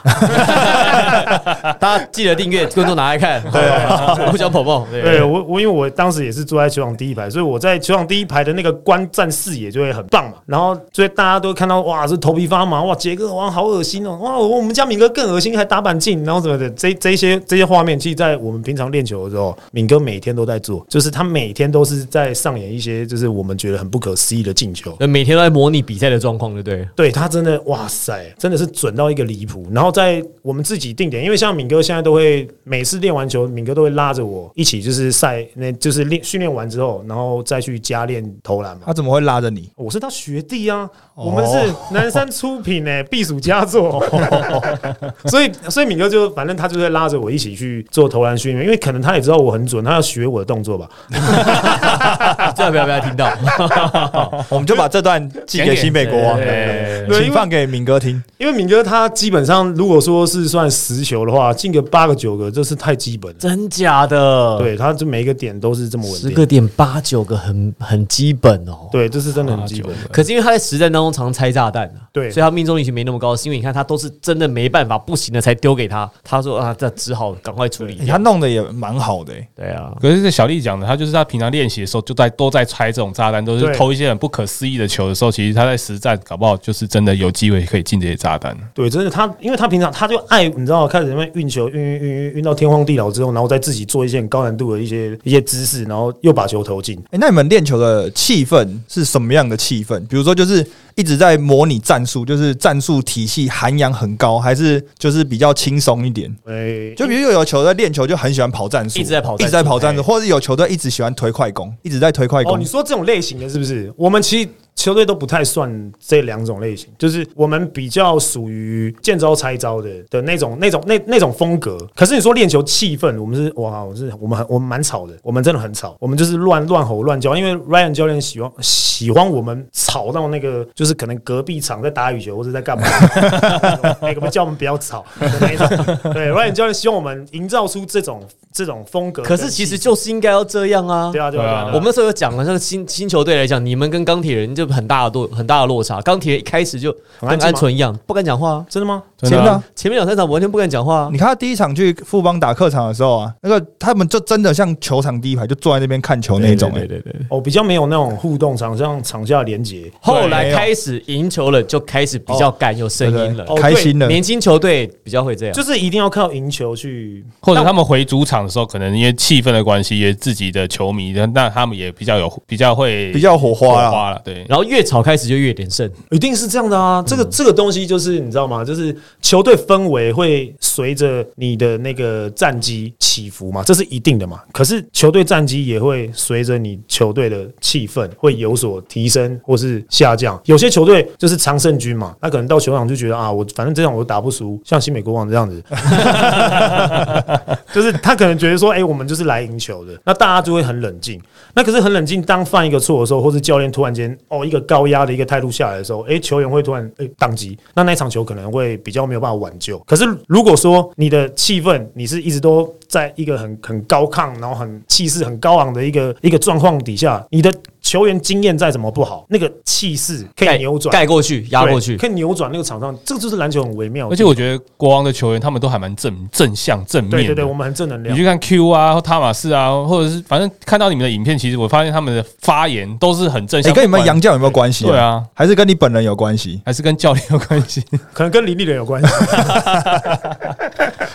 Speaker 2: 大家记得订阅，观众拿来看。 [laughs] 我想跑跑。
Speaker 1: 对
Speaker 2: 对，
Speaker 1: 我我因为我当时也是坐在球场第一排，所以我在球场第一排的那个观战视野就会很棒嘛。然后所以大家都看到哇，这头皮发麻，哇，杰哥哇好恶心哦，哇我们家敏哥更恶心，还打板进，然后什么的，这这些这些画面，其实在我们平常练球的时候，敏哥每天都在做，就是他每天都是在上演一些就是我们觉得很不可思议的进球。
Speaker 2: 那每天都在模拟比赛的状况，对不对？
Speaker 1: 对他真的哇塞，真的是准到一个离谱。然后在我们自己定点，因为像敏哥现在都会每次练完球，敏哥都会拉着我一起就是赛，那就是练训练完之后，然后再去加练投篮嘛。
Speaker 3: 他怎么会拉着你？
Speaker 1: 哦我是他学弟啊，我们是南山出品 [laughs] 呢、避暑佳作，所以所以敏哥就反正他就会拉着我一起去做投篮训练，因为可能他也知道我很准，他要学我的动作吧。
Speaker 2: [laughs] 最好不要不要听到。
Speaker 3: 我们就把这段寄给新北国王，
Speaker 5: 对
Speaker 1: 对因为
Speaker 3: 请放给敏哥听。
Speaker 1: 因为敏哥他基本上如果说是算十球的话，进个八个九个，这是太基本了。
Speaker 2: 真假的？，
Speaker 1: 对，他这每一个点都是这么稳
Speaker 2: 嗯十
Speaker 1: 定
Speaker 2: 个。点八九个很很基本哦。
Speaker 1: 对，这是真的很基本。
Speaker 2: 可是因为他在实战当中常拆炸弹啊，
Speaker 1: 对
Speaker 2: 所以他命中率其实没那么高，是因为你看他都是真的没办法不行了才丢给他，他说啊，这只好赶快处理
Speaker 3: 欸
Speaker 2: 掉。
Speaker 3: 他弄得也蛮好的、欸，
Speaker 2: 对啊，
Speaker 5: 可是这小丽讲的，他就是他平常练习的时候就在都在拆这种炸弹，都是
Speaker 1: 对
Speaker 5: 投一些很不可思议的球的时候，其实他在实战搞不好就是真的有机会可以进这些炸弹。
Speaker 1: 对，真的他，因为他平常他就爱，你知道，开始在那边运球，运运运运运到天荒地老之后，然后再自己做一些很高难度的一些一些姿势，然后又把球投进。
Speaker 3: 哎、那你们练球的气氛是什么样的气氛？比如说，就是一直在模拟战术，就是战术体系涵养很高，还是就是比较轻松一点？
Speaker 1: 哎，
Speaker 3: 就比如有球队练球就很喜欢跑战术，
Speaker 2: 一直在跑
Speaker 3: 一直在跑战术，
Speaker 2: 战
Speaker 3: 或者有球队一直喜欢推快攻，一直在推快
Speaker 1: 哦，
Speaker 3: 攻
Speaker 1: 你。说这种类型的是不是？我们其实球队都不太算这两种类型，就是我们比较属于见招拆招的的那种、那种、那那种风格。可是你说练球气氛，我们是哇，我是我们很我们蛮吵的，我们真的很吵，我们就是乱乱吼乱叫。因为 Ryan 教练喜欢喜欢我们吵到那个，就是可能隔壁场在打羽球或者在
Speaker 2: [laughs]
Speaker 1: 干嘛，那个叫我们不要吵的那一种。对，Ryan 教练希望我们营造出这种这种风格跟
Speaker 2: 可
Speaker 1: 气氛。
Speaker 2: 是其实就是应该要这样啊。
Speaker 1: 对啊，对啊，对啊，对啊
Speaker 2: 我们那时候有讲了，这个新新球队来讲，你们跟钢铁人就很大的落很大的落差。钢铁人一开始就
Speaker 1: 很
Speaker 2: 跟
Speaker 1: 安静吗
Speaker 2: 鹌鹑一样，不敢讲话啊、
Speaker 1: 真的吗？
Speaker 5: 真的
Speaker 3: 真的
Speaker 5: 啊
Speaker 3: 啊，
Speaker 2: 前面两三场完全不敢讲话啊、
Speaker 3: 你看他第一场去富邦打客场的时候啊，那个他们就真的像球场第一排，就坐在那边看球那种、欸。
Speaker 2: 对对。
Speaker 1: 哦，比较没有那种互动场上场下连接。
Speaker 2: 后来开始赢球了，就开始比较敢有声音了哦
Speaker 3: 对。开心了。
Speaker 2: 年轻球队比较会这样，
Speaker 1: 就是一定要靠赢球去，
Speaker 5: 或者他们回主场的时候，可能因为气氛的关系，也自己的球迷，那他们也比较有比较会
Speaker 3: 比较火花啦
Speaker 5: 火花了，对。
Speaker 2: 然后越吵开始就越点胜。
Speaker 1: 一定是这样的啊！
Speaker 3: 嗯
Speaker 1: 这个、这个东西就是你知道吗？就是球队氛围会随着你的那个战绩起伏嘛，这是一定的嘛。可是球队战绩也会随着你球队的气氛会有所提升或是下降。有些球队就是常胜军嘛，那可能到球场就觉得啊，我反正这场我打不输，像新美国王这样子，就是他可能觉得说，哎、我们就是来赢球的，那大家就会很冷静。那可是很冷静，当犯一个错的时候，或是教练突然间哦一个高压的一个态度下来的时候，哎、球员会突然哎宕机，那那一场球可能会比较没有办法挽救。可是如果说你的气氛你是一直都在一个很很高亢，然后很气势很高昂的一个一个状况底下，你的球员经验再怎么不好，那个气势可以
Speaker 2: 盖
Speaker 1: 扭转。
Speaker 2: 盖过去，压过去
Speaker 1: 对。可以扭转那个场上，这个就是篮球很微妙的
Speaker 5: 而
Speaker 1: 地
Speaker 5: 且
Speaker 1: 方。
Speaker 5: 我觉得国王的球员他们都还蛮正正向正面的，
Speaker 1: 对对对，我们很正能量
Speaker 5: 你。去看 Q 啊、或塔马士啊，或者是反正看到你们的影片，其实我发现他们的发言都是很正
Speaker 3: 哎、
Speaker 5: 向。
Speaker 3: 跟你们
Speaker 5: 不管
Speaker 3: 杨教有没有关系、
Speaker 5: 对，啊，
Speaker 3: 还是跟你本人有关系？
Speaker 5: 还是跟教练有关系。
Speaker 1: 可能跟林立人有关系。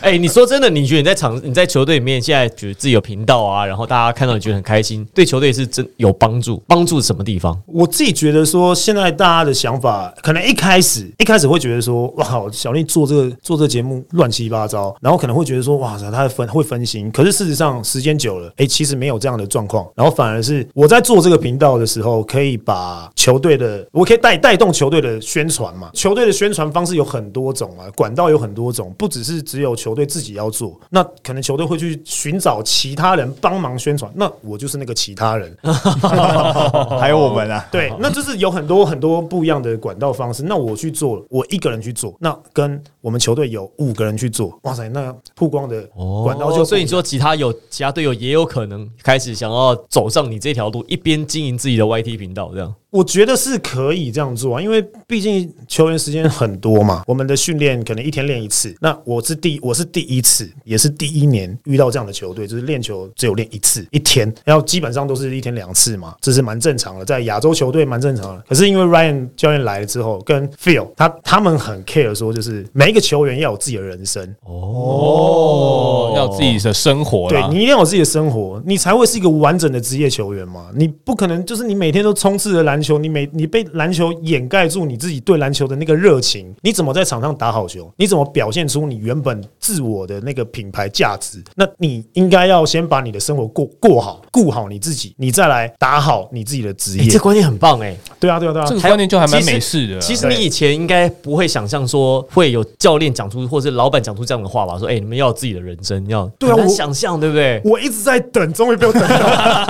Speaker 2: 哎、你说真的，你觉得你在场你在球队里面现在觉得自己有频道啊，然后大家看到你觉得很开心，对球队是真有帮助，帮助什么地方？
Speaker 1: [laughs] 我自己觉得说，现在大家的想法，可能一开始一开始会觉得说，哇，小丽做这个做这节目乱七八糟，然后可能会觉得说，哇塞，他分会分心。可是事实上，时间久了，哎、其实没有这样的状况，然后反而是我在做这个频道的时候，可以把球队的，我可以带带动球队的宣传嘛。球队的宣传方式有很多种啊，管道有很多种，不只是只有球队自己要做，那可能球队会去寻找其他人帮忙宣传，那我就是那个其他人。
Speaker 3: 还有我们啊，
Speaker 1: 对，那就是有很多很多不一样的管道方式。那我去做，我一个人去做，那跟我们球队有五个人去做，哇塞，那曝光的管道就不一样、
Speaker 2: 哦所以你说其他有其他队友也有可能开始想要走上你这条路，一边经营自己的 YT 频道，这样
Speaker 1: 我觉得是可以这样做啊，因为毕竟球员时间很多嘛，我们的训练可能一天练一次。那我是第我是第一次，也是第一年遇到这样的球队，就是练球只有练一次，一天，然后基本上都是一天两次嘛，这是蛮正常的，在亚洲球队蛮正常的。可是因为 Ryan 教练来了之后，跟 Phil 他他们很 care 说，就是每一个球员要有自己的人生，
Speaker 5: 哦，要自己的生活
Speaker 1: 对
Speaker 5: 啦
Speaker 1: 你。一定要有自己的生活，你才会是一个完整的职业球员嘛。你不可能就是你每天都充斥着篮球，你每你被篮球掩盖住你自己对篮球的那个热情，你怎么在场上打好球？你怎么表现出你原本自我的那个品牌价值？那你应该要先把你的生活过过好，顾好你自己，你再来打好你自己的职
Speaker 2: 哎、
Speaker 1: 业
Speaker 2: 这。观念很棒哎、
Speaker 1: 对啊，对啊，对啊
Speaker 5: 这。个观念就还蛮
Speaker 2: 其实
Speaker 5: 美式的啊。
Speaker 2: 其实你
Speaker 1: 对
Speaker 2: 以前应该不会想象说会有教练讲出，或是老板讲出这样的话吧？说，哎、你们要有自己的人生，要
Speaker 1: 对啊
Speaker 2: 很难
Speaker 1: 我
Speaker 2: 想象，对不 [laughs] 对？
Speaker 1: 我一直在等，终于被我等到了，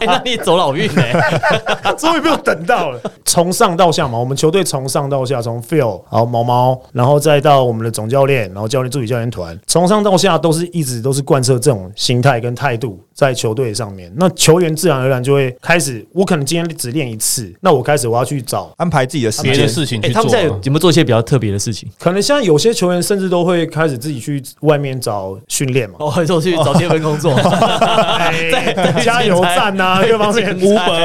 Speaker 2: 哎、那你走老运
Speaker 5: [laughs]
Speaker 2: 哎、
Speaker 1: [laughs] 终于被我等到了。从上到下嘛，我们球队从上到下，从 Phil，然后毛毛，然后再到我们的总教练，然后教练助理教练团，从上到下都是一直都是贯彻这种心态跟态度在球队上面。那球员自然而然就会开始，我可能今天只练一次，那我开始我要去找
Speaker 3: 安排自己的时
Speaker 5: 别的
Speaker 3: 间。
Speaker 5: 事情
Speaker 2: 哎、
Speaker 5: 去
Speaker 2: 他
Speaker 5: 做
Speaker 2: 们现在有
Speaker 5: 啊，
Speaker 2: 有没有做一些比较特别的事情？
Speaker 1: 可能现在有些球员甚至都会开始自己去外面找训练
Speaker 2: [laughs]
Speaker 1: 嘛，
Speaker 2: 哦，就去找这份工 [laughs] 作，
Speaker 1: 哎
Speaker 2: 在
Speaker 1: [laughs]
Speaker 2: 在
Speaker 1: 加油站啊
Speaker 2: 在
Speaker 1: 各方面
Speaker 2: 在哎
Speaker 5: Uber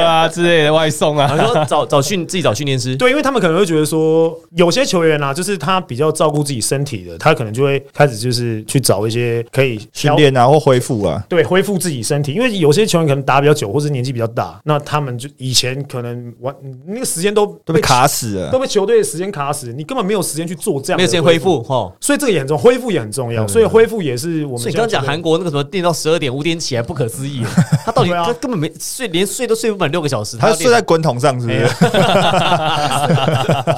Speaker 2: [laughs]
Speaker 5: 啊之类的外送啊
Speaker 2: 然，后说找找训自己找训练师，
Speaker 1: 对，因为他们可能会觉得说，有些球员啊，就是他比较照顾自己身体的，他可能就会开始就是去找一些可以
Speaker 3: 训
Speaker 1: 调
Speaker 3: 练啊，或恢复啊，
Speaker 1: 对，恢复自己身体，因为有些球员可能打比较久，或是年纪比较大，那他们就以前可能完那个时间都
Speaker 3: 都
Speaker 1: 都
Speaker 3: 被卡死了
Speaker 1: 都。被球队的时间卡死，你根本没有时间去做这样，
Speaker 2: 没有时间恢复。哈。
Speaker 1: 所以这个也很重要，恢复也很重要，所以恢复也是我们。
Speaker 2: 所以你刚刚讲韩国那个什么练到十二点五点起来不可思
Speaker 1: [laughs]
Speaker 2: 议，他到底
Speaker 1: 对啊
Speaker 2: 他根本没睡，连睡都睡不满六个小时，
Speaker 3: 他
Speaker 2: 要
Speaker 3: 睡在滚筒上是不是？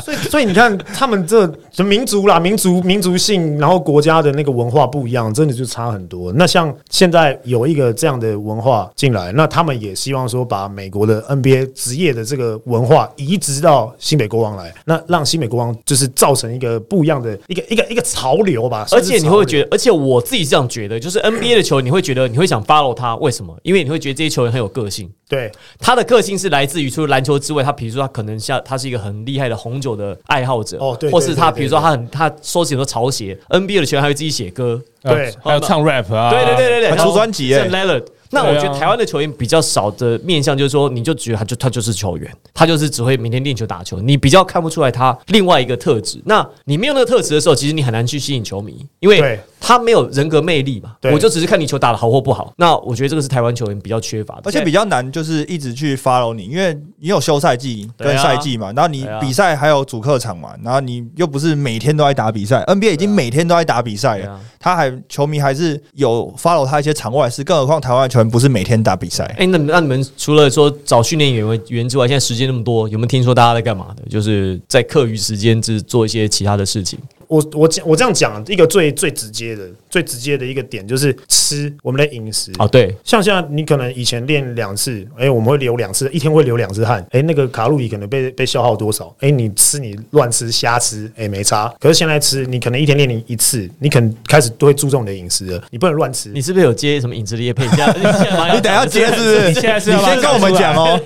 Speaker 1: 所以所以你看他们这就民族啦，民族民族性，然后国家的那个文化不一样，真的就差很多。那像现在有一个这样的文化进来，那他们也希望说把美国的 NBA 职业的这个文化移植到新北国王来，那让新北国王就是造成一个不一样的一个一个一个潮流吧。
Speaker 2: 而且你会觉
Speaker 1: 得。
Speaker 2: 得，而且我自己是这样觉得，就是 NBA 的球员，你会觉得你会想 follow 他，为什么？因为你会觉得这些球员很有个性，
Speaker 1: 对，
Speaker 2: 他的个性是来自于除了篮球之外，他比如说他可能像他是一个很厉害的红酒的爱好者，
Speaker 1: 哦对
Speaker 2: 或是他
Speaker 1: 对对对
Speaker 2: 比如说他很他收集很多潮鞋，NBA 的球员还会自己写歌，
Speaker 1: 对
Speaker 5: 啊还有唱 rap 啊，
Speaker 2: 对对对对对，
Speaker 3: 他出专辑
Speaker 2: 像
Speaker 3: 耶
Speaker 2: Leonard。那我
Speaker 5: 对啊
Speaker 2: 觉得台湾的球员比较少的面向，就是说，你就觉得他就他就是球员，他就是只会每天练球打球，你比较看不出来他另外一个特质。那你没有那个特质的时候，其实你很难去吸引球迷，因为
Speaker 1: 对
Speaker 2: 他没有人格魅力嘛。
Speaker 1: 对
Speaker 2: 我就只是看你球打的好或不好。那我觉得这个是台湾球员比较缺乏的，
Speaker 3: [laughs] 而且比较难，就是一直去 follow 你，因为你有休赛季跟赛季嘛，然后你
Speaker 2: 对啊
Speaker 3: 比赛还有主客场嘛，然后你又不是每天都在打比赛，NBA 已经每天都在打比赛
Speaker 2: 对
Speaker 3: 了，
Speaker 2: 啊
Speaker 3: 他还球迷还是有 follow 他一些场外事，更何况台湾球员不是每天打
Speaker 2: [laughs]
Speaker 3: 比赛，
Speaker 2: 哎、那那你们除了说找训练员员之外，现在时间那么多，有没有听说大家在干嘛的？就是在课余时间只做一些其他的事情。
Speaker 1: 我我这我这样讲，一个最最直接的、最直接的一个点就是吃我们的饮食
Speaker 2: 哦，对，
Speaker 1: 像现在你可能以前练两次，哎、我们会流两次，一天会流两次汗，哎、那个卡路里可能被被消耗多少？哎、你吃你乱吃瞎吃，哎、没差。可是现在吃，你可能一天练你一次，你可能开始都会注重你的饮食了，你不能乱吃
Speaker 2: 你。是不是有接什么影子的
Speaker 3: [laughs]
Speaker 2: 叶配？你现在
Speaker 3: 你
Speaker 2: 你
Speaker 3: 等一下接是不是？
Speaker 5: 你现在是要
Speaker 3: 你先跟我们讲哦，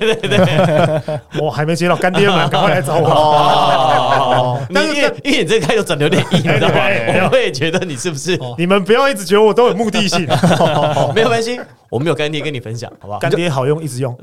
Speaker 1: 我哦还没接到干爹们，赶快来
Speaker 3: 哦
Speaker 1: 找
Speaker 2: 哦
Speaker 1: 我。
Speaker 2: 你
Speaker 1: 但
Speaker 2: 因
Speaker 1: 是
Speaker 2: 为因为你这个开头转的有点硬，你知
Speaker 3: [laughs]
Speaker 2: 道吗？我会觉得你是不是
Speaker 3: 哦
Speaker 1: 你们不要一直觉得我都有目的性。哦
Speaker 2: 没有关系？我没有干爹跟你分享，好不好？
Speaker 1: 干爹好用，一直用。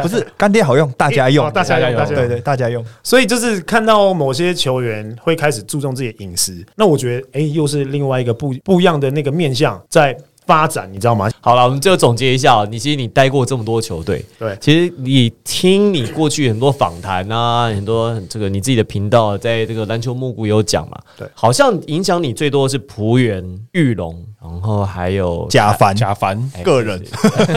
Speaker 3: 不是干爹好用，大家用
Speaker 1: 哦，大家用，大家
Speaker 5: 大家用
Speaker 1: 用
Speaker 3: 对。对，大家用。
Speaker 1: 所以就是看到某些球员会开始注重自己的饮食，那我觉得，哎、又是另外一个不不一样的那个面向在发展，你知道吗？
Speaker 2: 好了，我们最后总结一下、哦，你其实你待过这么多球队，
Speaker 1: 对
Speaker 2: 其实你听你过去很多访谈啊，很多这个你自己的频道，在这个篮球幕谷有讲嘛，
Speaker 1: 对
Speaker 2: 好像影响你最多的是璞园、玉龙，然后还有
Speaker 3: 假凡
Speaker 5: 贾凡
Speaker 2: 哎
Speaker 3: 个人
Speaker 2: 不是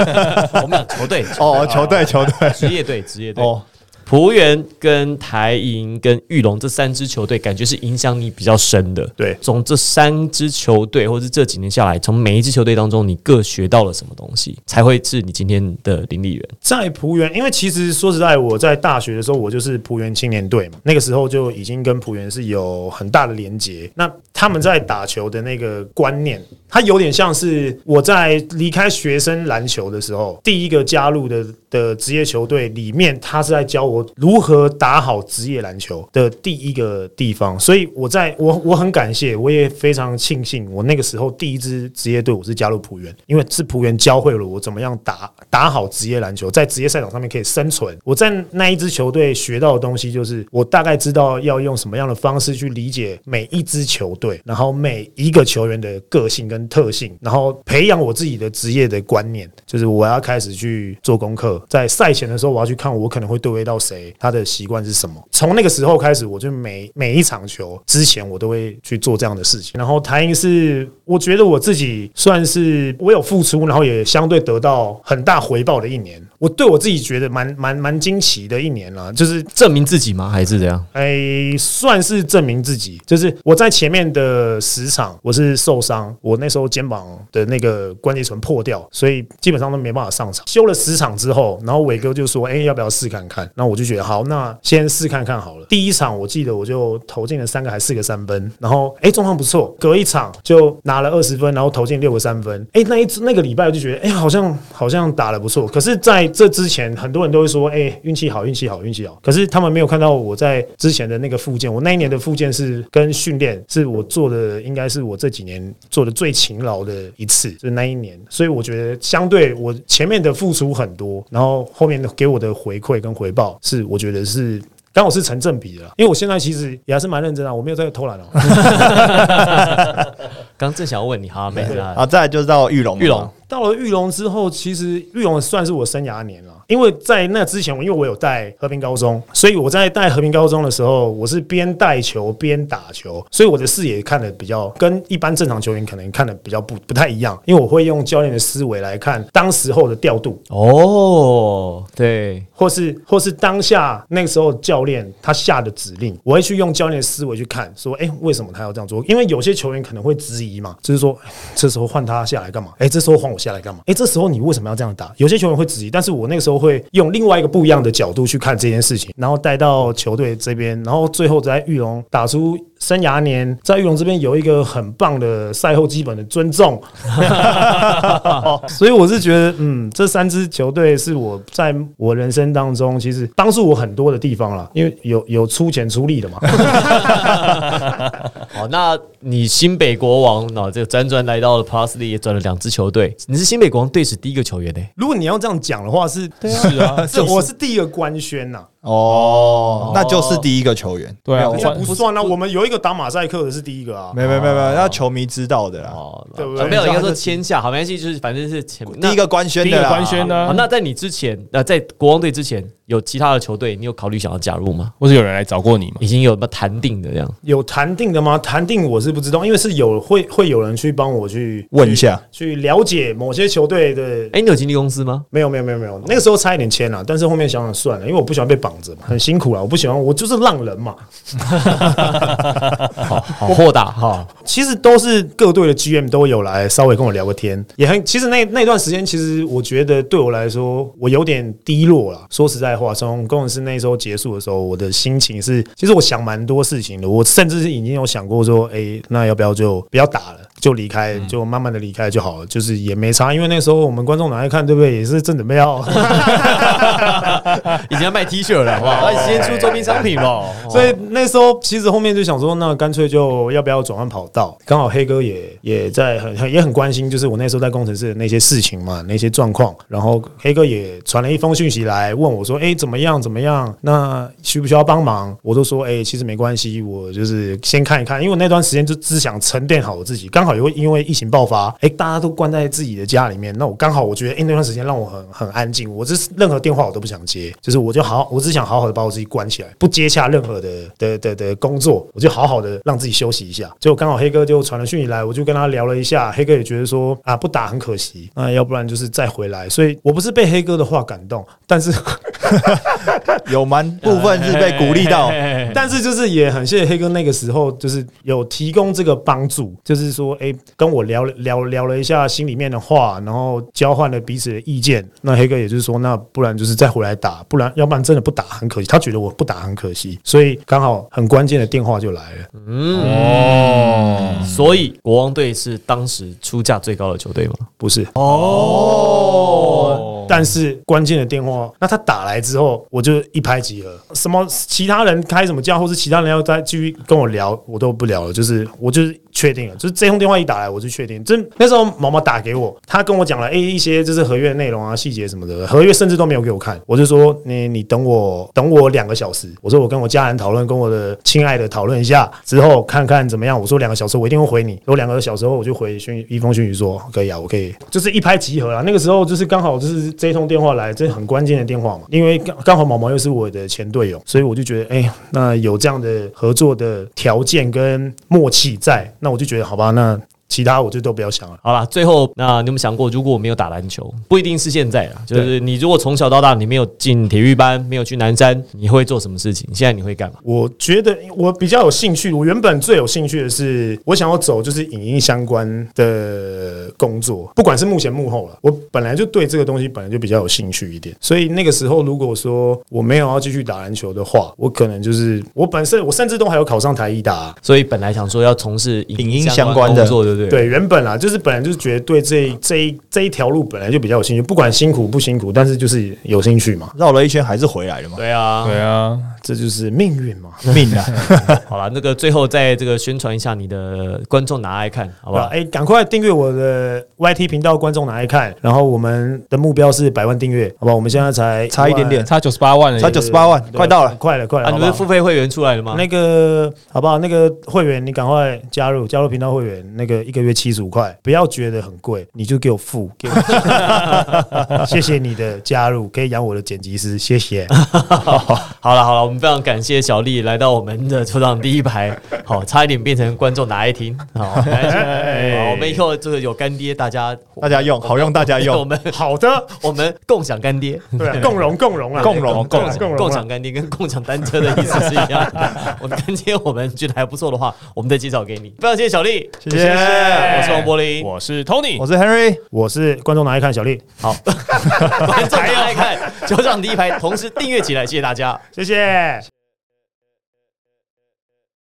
Speaker 2: 我们讲球队啊
Speaker 3: 哦，球队球队
Speaker 2: 职业队职业队。
Speaker 3: 哦，
Speaker 2: 璞园跟台银跟玉龙这三支球队，感觉是影响你比较深的。
Speaker 1: 对
Speaker 2: 从这三支球队，或是这几年下来，从每一支球队当中，你各学到了什么东西，才会是你今天的领理员？
Speaker 1: 在浦原，因为其实说实在，我在大学的时候，我就是浦原青年队嘛，那个时候就已经跟浦原是有很大的连结。那他们在打球的那个观念，它有点像是我在离开学生篮球的时候，第一个加入的的职业球队里面，他是在教我如何打好职业篮球的第一个地方。所以我在我我很感谢，我也非常庆幸，我那个时候第一支职业队我是加入浦原，因为是浦原教会了我怎么样打打好职业篮球，在职业赛场上面可以生存。我在那一支球队学到的东西，就是我大概知道要用什么样的方式去理解每一支球队，然后每一个球员的个性跟特性，然后培养我自己的职业的观念，就是我要开始去做功课，在赛前的时候我要去看我可能会对位到谁，他的习惯是什么。从那个时候开始，我就每每一场球之前我都会去做这样的事情。然后台银是，我觉得我自己算是我有付出，然后也相对得到很大回报的一年。我对我自己觉得蛮蛮蛮惊奇的一年啦，就是
Speaker 2: 证明自己吗？还是怎样？
Speaker 1: 哎，算是证明自己。就是我在前面的十场，我是受伤，我那时候肩膀的那个关节唇破掉，所以基本上都没办法上场。休了十场之后，然后伟哥就说：“哎，要不要试看看？”那我就觉得好，那先试看看好了。第一场我记得我就投进了三个还是四个三分，然后哎状况不错，隔一场就拿了二十分，然后投进六个三分。哎，那一那个礼拜我就觉得哎好像好像打得不错，可是在这之前很多人都会说：“哎，运气好，运气好，运气好。”可是他们没有看到我在之前的那个复健，我那一年的复健是跟训练是我做的，应该是我这几年做的最勤劳的一次，就是那一年。所以我觉得相对我前面的付出很多，然后后面给我的回馈跟回报是，我觉得是。刚好是成正比的啦，因为我现在其实也还是蛮认真的啊，我没有在偷懒哦、
Speaker 2: 刚正想问你，哈，没事啊。
Speaker 3: 好，再来就是到玉龙了嘛，
Speaker 2: 玉龙
Speaker 1: 到了玉龙之后，其实玉龙算是我生涯年了，因为在那之前，我因为我有带和平高中，所以我在带和平高中的时候，我是边带球边打球，所以我的视野看的比较跟一般正常球员可能看的比较不不太一样，因为我会用教练的思维来看当时候的调度，
Speaker 2: 哦，对，
Speaker 1: 或是或是当下那个时候教练他下的指令，我会去用教练的思维去看，说，哎、为什么他要这样做？因为有些球员可能会质疑嘛，就是说，哎这时候换他下来干嘛？哎、这时候换我下来干嘛？哎、这时候你为什么要这样打？有些球员会质疑，但是我那个时候会用另外一个不一样的角度去看这件事情，然后带到球队这边，然后最后在玉龙打出。生涯年在玉龙这边有一个很棒的赛后基本的尊重， [laughs] 所以我是觉得，嗯，这三支球队是我在我人生当中其实帮助我很多的地方了，因为有有出钱出力的嘛。 [laughs]
Speaker 2: [laughs] 好，那你新北国王，那这个辗转来到了 Plus 里，也转了两支球队，你是新北国王队史第一个球员呢、
Speaker 1: 如果你要这样讲的话，是
Speaker 5: 是
Speaker 1: [laughs]
Speaker 5: 啊，
Speaker 1: 是我是第一个官宣呐、
Speaker 3: 哦，那就是第一个球员，
Speaker 5: 对啊
Speaker 3: 没有
Speaker 5: 不
Speaker 1: 那
Speaker 5: 算
Speaker 1: 不算啊，我们有一个打马赛克的是第一个啊，
Speaker 3: 没有没有没有没有，要球迷知道的啦，
Speaker 2: 哦，
Speaker 1: 对不
Speaker 2: 啊
Speaker 1: 对
Speaker 2: 没有，应该说签下，好，没关系，就是反正是前
Speaker 3: 第一个官宣
Speaker 5: 第一
Speaker 3: 的
Speaker 5: 个
Speaker 3: 啦，
Speaker 5: 官宣啊
Speaker 2: 那好
Speaker 5: 呢，
Speaker 2: 那在你之前，呃，在国王队之前，有其他的球队，你有考虑想要加入吗？
Speaker 5: 或是有人来找过你吗？
Speaker 2: 已经有没谈定的这样？
Speaker 1: 有谈定的吗？谈定我是不知道，因为是有会会有人去帮我去
Speaker 3: 问一下
Speaker 1: 去，去了解某些球队的
Speaker 2: 哎、你有经纪公司吗？
Speaker 1: 没有没有没有没有，那个时候差一点签了、但是后面想想算了，因为我不喜欢被绑着嘛，很辛苦了，啊我不喜欢，我就是浪人嘛。
Speaker 2: 好好豁达哈，
Speaker 1: 其实都是各队的 GM 都有来稍微跟我聊个天，也很其实那那段时间，其实我觉得对我来说，我有点低落了。说实在话，从工程师那时候结束的时候，我的心情是，其实我想蛮多事情的，我甚至是已经有想过说，哎、那要不要就不要打了。就离开，就慢慢的离开就好了，就是也没差，因为那时候我们观众拿来看，对不对？也是正准备要，
Speaker 2: [laughs] 已经要卖 T 恤了，好 [laughs] 不好？已经出周边商品了，
Speaker 1: 所以那时候其实后面就想说，那干脆就要不要转换跑道？刚好黑哥也也在很很也很关心，就是我那时候在工程师的那些事情嘛，那些状况。然后黑哥也传了一封讯息来问我说：“哎、怎么样？怎么样？那需不需要帮忙？”我都说：“哎、其实没关系，我就是先看一看，因为我那段时间就只想沉淀好我自己。刚好又因为疫情爆发，哎、大家都关在自己的家里面，那我刚好我觉得，哎、那段时间让我很很安静，我这任何电话我都不想接，就是我就好，我只想好好的把我自己关起来，不接洽任何的的的的工作，我就好好的让自己休息一下。结果刚好黑哥就传了讯息来，我就跟他聊了一下，黑哥也觉得说啊，不打很可惜，那要不然就是再回来。所以我不是被黑哥的话感动，但是。
Speaker 3: 有蛮部分是被鼓励到，
Speaker 1: 但是就是也很谢谢黑哥那个时候就是有提供这个帮助，就是说，哎、跟我聊聊聊了一下心里面的话，然后交换了彼此的意见。那黑哥也就是说，那不然就是再回来打，不然要不然真的不打很可惜。他觉得我不打很可惜，所以刚好很关键的电话就来了。
Speaker 5: 哦，
Speaker 2: 嗯所以国王队是当时出价最高的球队吗？
Speaker 1: 不是，
Speaker 5: 哦
Speaker 1: 但是关键的电话，那他打来之后，我就一拍即合。什么其他人开什么价，或是其他人要再继续跟我聊，我都不聊了。就是我就是确定了，就是这通电话一打来，我就确定。真那时候毛毛打给我，他跟我讲了诶、哎一些就是合约的内容啊、细节什么的，合约甚至都没有给我看。我就说你你等我等我两个小时，我说我跟我家人讨论，跟我的亲爱的讨论一下之后看看怎么样。我说两个小时我一定会回你。我两个小时后我就回讯一封讯息说可以啊，我可以，就是一拍即合啊。那个时候就是刚好就是这通电话来，这很关键的电话嘛，因为刚刚好毛毛又是我的前队友，所以我就觉得哎、那有这样的合作的条件跟默契在，那我就觉得好吧，那其他我就都不要想了。
Speaker 2: 好啦，最后那你有没有想过，如果我没有打篮球，不一定是现在啦，就是你如果从小到大你没有进体育班，没有去南山，你会做什么事情？现在你会干嘛？
Speaker 1: 我觉得我比较有兴趣，我原本最有兴趣的是，我想要走就是影音相关的工作，不管是幕前幕后了，我本来就对这个东西本来就比较有兴趣一点，所以那个时候如果说我没有要继续打篮球的话，我可能就是我本身我甚至都还有考上台艺大、
Speaker 2: 所以本来想说要从事
Speaker 3: 影
Speaker 2: 影
Speaker 3: 音
Speaker 2: 音
Speaker 3: 相
Speaker 2: 相
Speaker 3: 关
Speaker 2: 关
Speaker 3: 的
Speaker 2: 工作，对不对？
Speaker 1: 对，原本啊，就是本来就是觉得对这一这一这一条路本来就比较有兴趣，不管辛苦不辛苦，但是就是有兴趣嘛，
Speaker 3: 绕了一圈还是回来了嘛，
Speaker 2: 对啊，
Speaker 5: 对
Speaker 2: [laughs]
Speaker 5: 啊，
Speaker 1: 这就是命运嘛。
Speaker 3: 命啊！
Speaker 2: 好了，那个最后在这个宣传一下你的观众拿来看，好
Speaker 1: 好
Speaker 2: 不
Speaker 1: 吧，
Speaker 2: 好？
Speaker 1: 哎、赶快订阅我的 YT 频道，观众拿来看。然后我们的目标是百万订阅，好吧？我们现在才
Speaker 3: 差一点点
Speaker 5: 差九十八万了耶，
Speaker 3: 差九十八万，
Speaker 1: 对
Speaker 3: 快到了，
Speaker 1: 快了，快了，
Speaker 2: 啊，
Speaker 1: 好
Speaker 2: 你
Speaker 1: 不
Speaker 2: 们
Speaker 1: 好
Speaker 2: 是付费会员出来了吗？
Speaker 1: 那个好不好？那个会员，你赶快加入，加入频道会员，那个一个月七十五块，不要觉得很贵，你就给我付，给我。谢谢你的加入，可以养我的剪辑师，谢谢。
Speaker 2: 好了好了，我们非常感谢小丽来到我们的球场第一排，好，差一点变成观众拿来听，好，没关系好我们以后这个有干爹，大家
Speaker 3: 大家用，好用，大家 [laughs]
Speaker 2: 我
Speaker 3: 用，
Speaker 2: 们
Speaker 1: 好的，
Speaker 2: 我们共享干爹，
Speaker 1: 对啊，共荣共荣啊，
Speaker 3: 共荣
Speaker 1: 共
Speaker 3: 共
Speaker 1: 荣共荣啊
Speaker 2: 共享干爹跟共享单车的意思是一样的。我们干爹我们觉得还不错的话，我们再介绍给你。非常谢谢小丽，
Speaker 3: 谢谢。
Speaker 2: 我是王柏林，
Speaker 5: 我是 Tony，
Speaker 3: 我是 Henry，
Speaker 1: 我是观众拿来看小丽，
Speaker 2: 好，观众来看球场第一排，同时订阅起来，谢谢大家。
Speaker 1: 谢谢。